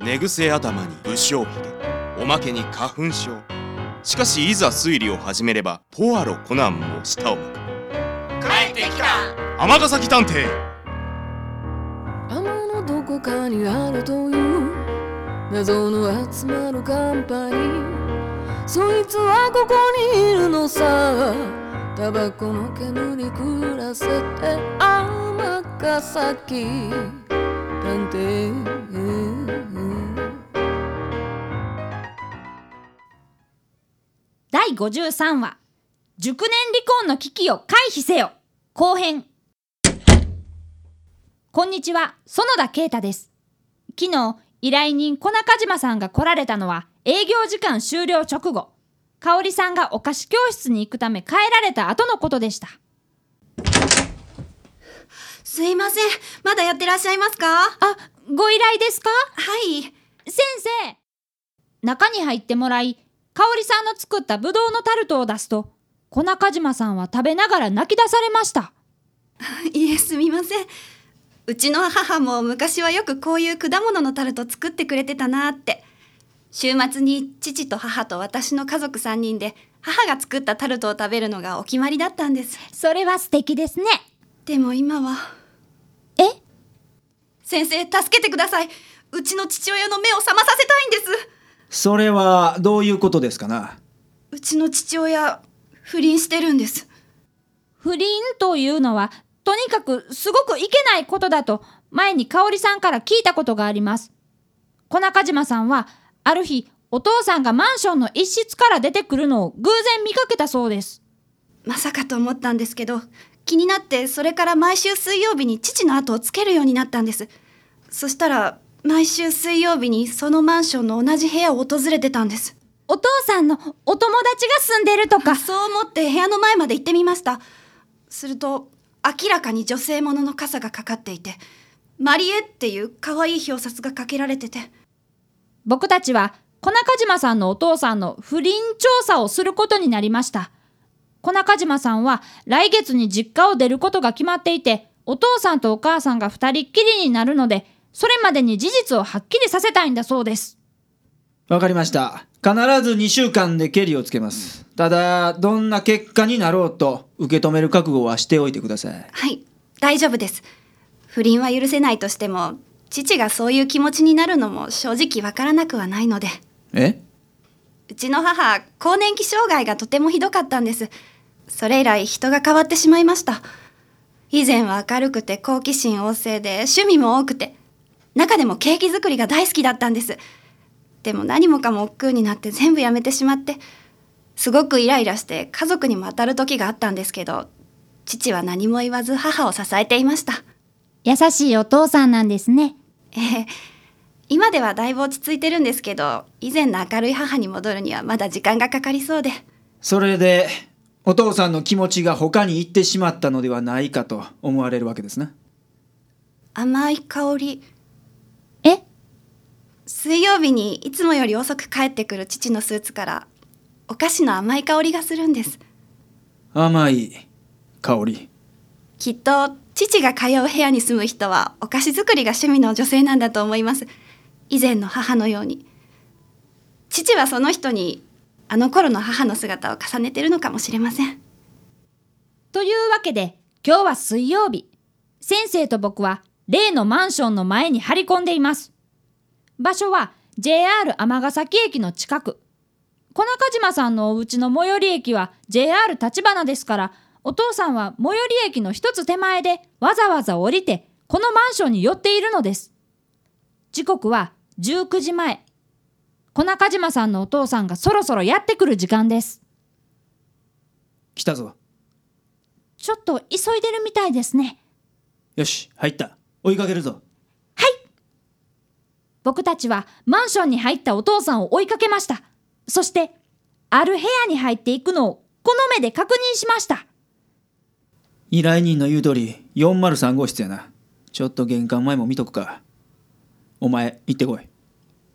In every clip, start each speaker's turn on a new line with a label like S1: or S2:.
S1: 寝癖頭に不祥髭おまけに花粉症しかしいざ推理を始めればポアロコナンも舌を巻く
S2: 帰ってきた
S1: 尼崎探偵
S3: 天のどこかにあるという謎の集まるカンパニーそいつはここにいるのさタバコの煙に暮らせて天ヶ崎探偵
S4: 第53話熟年離婚の危機を回避せよ後編こんにちは園田啓太です昨日依頼人小中島さんが来られたのは営業時間終了直後香織さんがお菓子教室に行くため帰られた後のことでした
S5: すいません。まだやってらっしゃいますかは
S4: あご依頼ですか
S5: い。
S4: 先生中に入ってもらい香織さんの作ったぶどうのタルトを出すと小中島さんは食べながら泣き出されました
S5: いえ、すみません。うちの母も昔はよくこういう果物のタルト作ってくれてたなって。週末に父と母と私の家族3人で母が作ったタルトを食べるのがお決まりだったんです。
S4: それは素敵ですね
S5: でも今は。
S4: え
S5: 先生、助けてください。うちの父親の目を覚まさせたいんです。
S6: それはどういうことですかな
S5: うちの父親、不倫してるんです。
S4: 不倫というのはとにかくすごくいけないことだと前に香織さんから聞いたことがあります小中島さんはある日お父さんがマンションの一室から出てくるのを偶然見かけたそうです
S5: まさかと思ったんですけど気になってそれから毎週水曜日に父の後をつけるようになったんですそしたら毎週水曜日にそのマンションの同じ部屋を訪れてたんです
S4: お父さんのお友達が住んでるとか
S5: そう思って部屋の前まで行ってみましたすると明らかに女性ものの傘がかかっていてマリエっていう可愛い表札がかけられてて
S4: 僕たちは小中島さんのお父さんの不倫調査をすることになりました小中島さんは来月に実家を出ることが決まっていてお父さんとお母さんが二人っきりになるのでそれまでに事実をはっきりさせたいんだそうです
S6: わかりました必ず2週間でケリをつけますただどんな結果になろうと受け止める覚悟はしておいてください
S5: はい大丈夫です不倫は許せないとしても父がそういう気持ちになるのも正直わからなくはないので
S6: え
S5: うちの母、更年期障害がとてもひどかったんです。それ以来人が変わってしまいました。以前は明るくて好奇心旺盛で趣味も多くて、中でもケーキ作りが大好きだったんです。でも何もかも億劫になって全部やめてしまって、すごくイライラして家族にも当たる時があったんですけど、父は何も言わず母を支えていました。
S4: 優しいお父さんなんですね
S5: ええ今ではだいぶ落ち着いてるんですけど、以前の明るい母に戻るにはまだ時間がかかりそうで。
S6: それでお父さんの気持ちが他に行ってしまったのではないかと思われるわけですね
S5: 甘い香り
S4: え
S5: 水曜日にいつもより遅く帰ってくる父のスーツからお菓子の甘い香りがするんです
S6: 甘い香り
S5: きっと父が通う部屋に住む人はお菓子作りが趣味の女性なんだと思います以前の母のように父はその人にあの頃の母の姿を重ねてるのかもしれません
S4: というわけで今日は水曜日先生と僕は例のマンションの前に張り込んでいます場所は JR 尼崎駅の近く小中島さんのお家の最寄り駅は JR 立花ですからお父さんは最寄り駅の一つ手前でわざわざ降りてこのマンションに寄っているのです時刻は19時前小中島さんのお父さんがそろそろやってくる時間です
S6: 来たぞ
S4: ちょっと急いでるみたいですね
S6: よし入った追いかけるぞ
S4: 僕たちはマンションに入ったお父さんを追いかけました。そして、ある部屋に入っていくのをこの目で確認しました。
S6: 依頼人の言う通り403号室やなちょっと玄関前も見とくかお前行ってこい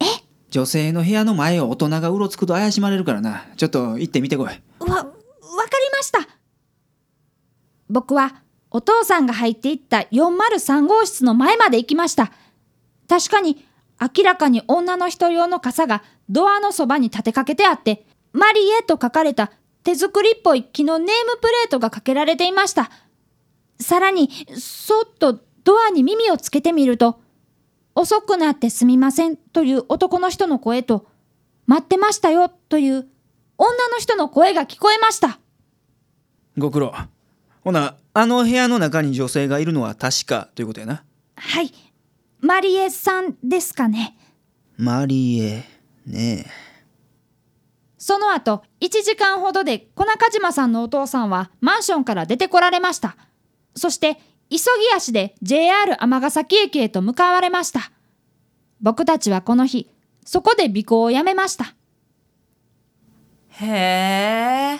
S6: え女性の部屋の前を大人がうろつくと怪しまれるからなちょっと行ってみてこい
S4: わ、わかりました。僕はお父さんが入っていった403号室の前まで行きました。確かに明らかに女の人用の傘がドアのそばに立てかけてあって、マリエと書かれた手作りっぽい木のネームプレートがかけられていました。さらに、そっとドアに耳をつけてみると、遅くなってすみませんという男の人の声と、待ってましたよという女の人の声が聞こえました。
S6: ご苦労ほなあの部屋の中に女性がいるのは確かということやな
S4: はい。マリエさんですかね。
S6: マリエね
S4: その後、1時間ほどで小中島さんのお父さんはマンションから出てこられました。そして、急ぎ足で JR 尼崎駅へと向かわれました。僕たちはこの日、そこで尾行をやめました。
S2: へえ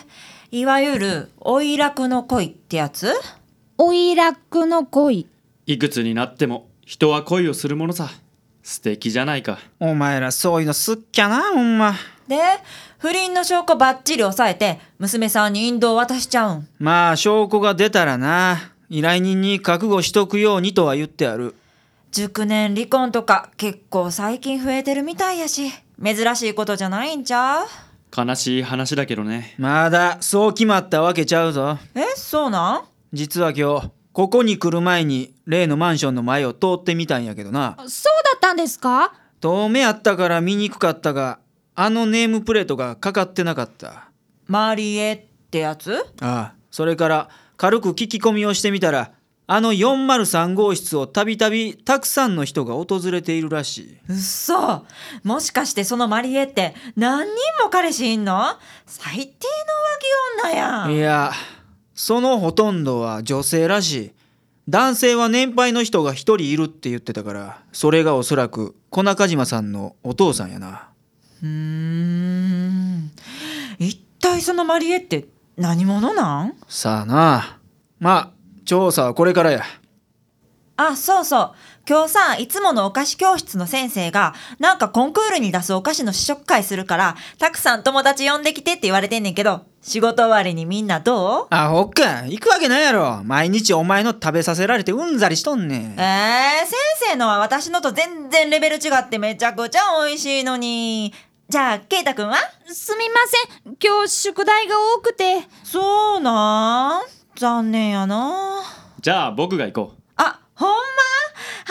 S2: いわゆるお楽の恋ってやつ
S4: おいらくの恋。
S7: いくつになっても人は恋をするものさ素敵じゃないか
S6: お前らそういうのすっきゃなほんま
S2: で不倫の証拠ばっちり押さえて娘さんに引導を渡しちゃうん
S6: まあ証拠が出たらな依頼人に覚悟しとくようにとは言ってある
S2: 熟年離婚とか結構最近増えてるみたいやし珍しいことじゃないんちゃう
S7: 悲しい話だけどね
S6: まだそう決まったわけちゃうぞ
S2: えそうなん
S6: 実は今日ここに来る前に例のマンションの前を通ってみたんやけどな
S4: そうだったんですか
S6: 遠目あったから見にくかったがあのネームプレートがかかってなかった
S2: マリエってやつ
S6: ああそれから軽く聞き込みをしてみたらあの403号室をたびたびたくさんの人が訪れているらしいう
S2: っそもしかしてそのマリエって何人も彼氏いんの最低の浮気女やん
S6: いやそのほとんどは女性らしい男性は年配の人が一人いるって言ってたからそれがおそらく小中島さんのお父さんやな
S2: うーん一体そのマリエって何者なん
S6: さあなまあ調査はこれからや
S2: あそうそう今日さいつものお菓子教室の先生がなんかコンクールに出すお菓子の試食会するからたくさん友達呼んできてって言われてんねんけど仕事終わりにみんなどう
S6: あほっか行くわけないやろ毎日お前の食べさせられてうんざりしとんねん
S2: えー、先生のは私のと全然レベル違ってめちゃくちゃ美味しいのにじゃあ圭太くんは
S4: すみません。今日宿題が多くて。
S2: そうなん残念やな
S7: じゃあ僕が行こう
S2: あほんま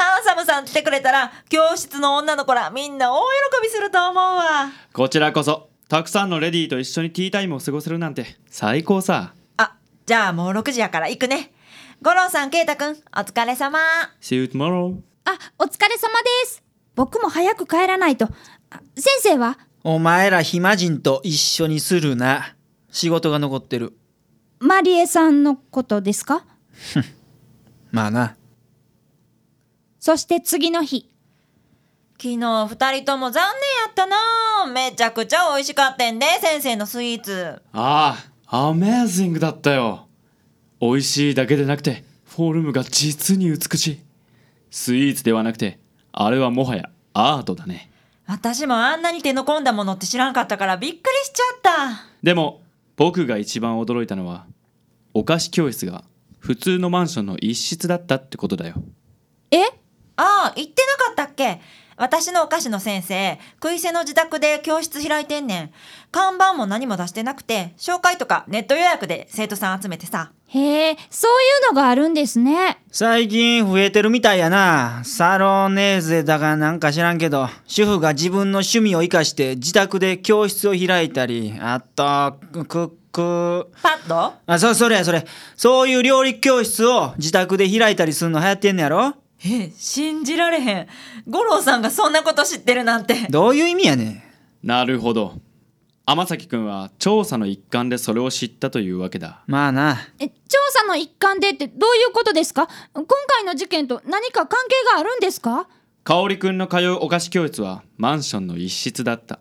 S2: ハンサムさん来てくれたら教室の女の子らみんな大喜びすると思うわ
S7: こちらこそたくさんのレディーと一緒にティータイムを過ごせるなんて最高さ
S2: あじゃあもう6時やから行くね五郎さん圭太くんお疲れ様
S7: See you tomorrow
S4: あ、お疲れ様です。僕も早く帰らないと。あ先生は
S6: お前ら暇人と一緒にするな仕事が残ってる
S4: マリエさんのことですか
S6: まあな
S4: そして次の日。
S2: 昨日2人とも残念やったなめちゃくちゃ美味しかったんで先生のスイーツ
S7: ああアメージングだったよ美味しいだけでなくてフォルムが実に美しいスイーツではなくてあれはもはやアートだね
S2: 私もあんなに手の込んだものって知らんかったからびっくりしちゃった
S7: でも僕が一番驚いたのはお菓子教室が普通のマンションの一室だったってことだよ
S4: え
S2: ああ言ってなかったっけ私のお菓子の先生食いせの自宅で教室開いてんねん看板も何も出してなくて紹介とかネット予約で生徒さん集めてさ
S4: へえ、そういうのがあるんですね。
S6: 最近増えてるみたいやなサロネーゼだかなんか知らんけど主婦が自分の趣味を生かして自宅で教室を開いたりあとクック
S2: パッド
S6: あそそれやそれそういう料理教室を自宅で開いたりするの流行ってんのやろ
S2: え信じられへん五郎さんがそんなこと知ってるなんて
S6: どういう意味やねん
S7: なるほど天崎くんは調査の一環でそれを知ったというわけだ
S6: まあな
S4: え調査の一環でってどういうことですか今回の事件と何か関係があるんですか
S7: 香織くんの通うお菓子教室はマンションの一室だった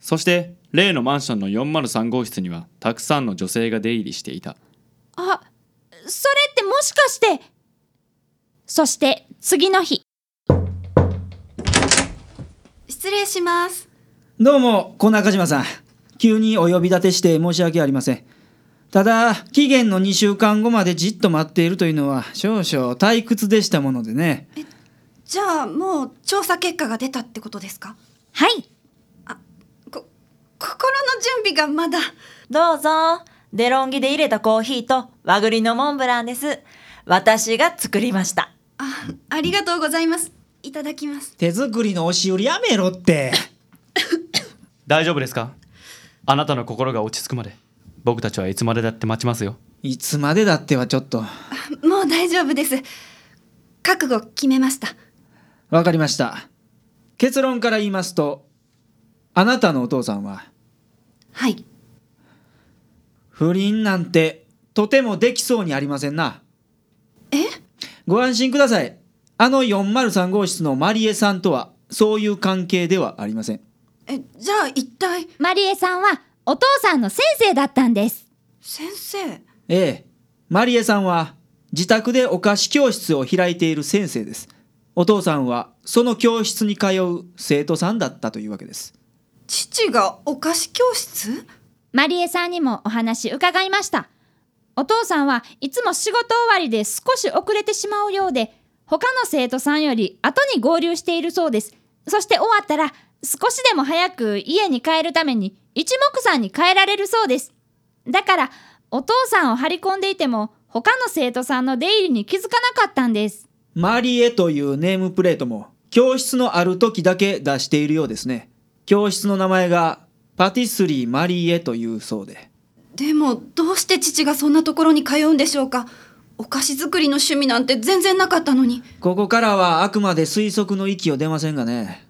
S7: そして例のマンションの403号室にはたくさんの女性が出入りしていた
S4: あ、それってもしかして。そして次の日。
S5: 失礼します
S6: どうも小中島さん急にお呼び立てして申し訳ありませんただ期限の2週間後までじっと待っているというのは少々退屈でしたものでね
S5: じゃあもう調査結果が出たってことですか
S4: はい
S5: こ心の準備がまだ
S2: どうぞ。デロンギで入れたコーヒーと和栗のモンブランです。私が作りました。
S5: あありがとうございますいただきます
S6: 手作りの押し売りやめろって
S7: 大丈夫ですかあなたの心が落ち着くまで僕たちはいつまでだって待ちますよ
S6: いつまでだってはちょっと
S5: もう大丈夫です覚悟決めました
S6: わかりました結論から言いますとあなたのお父さんは
S5: はい
S6: 不倫なんてとてもできそうにありませんな
S5: え
S6: ご安心くださいあの403号室のマリエさんとはそういう関係ではありません
S5: えじゃあ一体
S4: マリエさんはお父さんの先生だったんです
S5: 先生
S6: ええマリエさんは自宅でお菓子教室を開いている先生ですお父さんはその教室に通う生徒さんだったというわけです
S5: 父がお菓子教室
S4: マリエさんにもお話伺いましたお父さんはいつも仕事終わりで少し遅れてしまうようで他の生徒さんより後に合流しているそうですそして終わったら少しでも早く家に帰るために一目散に帰られるそうですだからお父さんを張り込んでいても他の生徒さんの出入りに気づかなかったんです
S6: マリエというネームプレートも教室のある時だけ出しているようですね教室の名前がパティスリーマリエというそうで
S5: でもどうして父がそんなところに通うんでしょうかお菓子作りの趣味なんて全然なかったのに
S6: ここからはあくまで推測の域を出ませんがね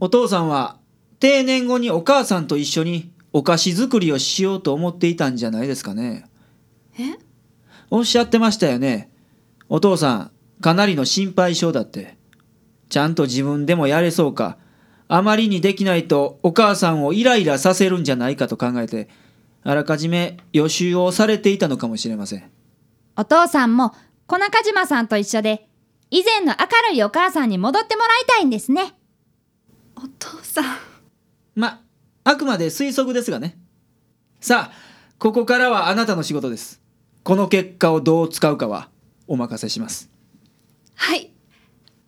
S6: お父さんは定年後にお母さんと一緒にお菓子作りをしようと思っていたんじゃないですかね
S5: え
S6: おっしゃってましたよねお父さんかなりの心配性だってちゃんと自分でもやれそうかあまりにできないとお母さんをイライラさせるんじゃないかと考えてあらかじめ予習をされていたのかもしれません
S4: お父さんも小中島さんと一緒で以前の明るいお母さんに戻ってもらいたいんですね
S5: お父さん
S6: まあくまで推測ですがねさあここからはあなたの仕事ですこの結果をどう使うかはお任せします
S5: はい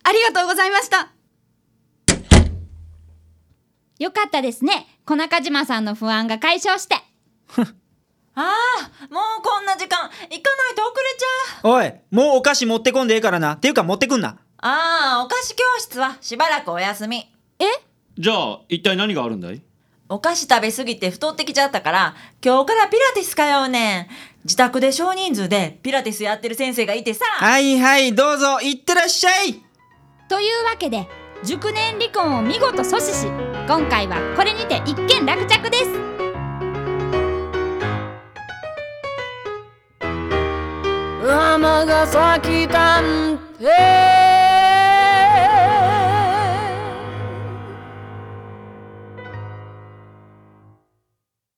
S5: ありがとうございました
S4: よかったですね小中島さんの不安が解消して
S2: ああ、もうこんな時間、行かないと遅れちゃう。
S6: おいもうお菓子持ってこんでええからなっていうか持ってくんな
S2: ああ、お菓子教室はしばらくお休み。
S7: じゃあ一体何があるんだい
S2: お菓子食べ過ぎて太ってきちゃったから、今日からピラティス通うねん。自宅で少人数でピラティスやってる先生がいてさ。
S6: はいはいどうぞいってらっしゃい
S4: というわけで熟年離婚を見事阻止し今回はこれにて一件落着です
S3: 尼崎探偵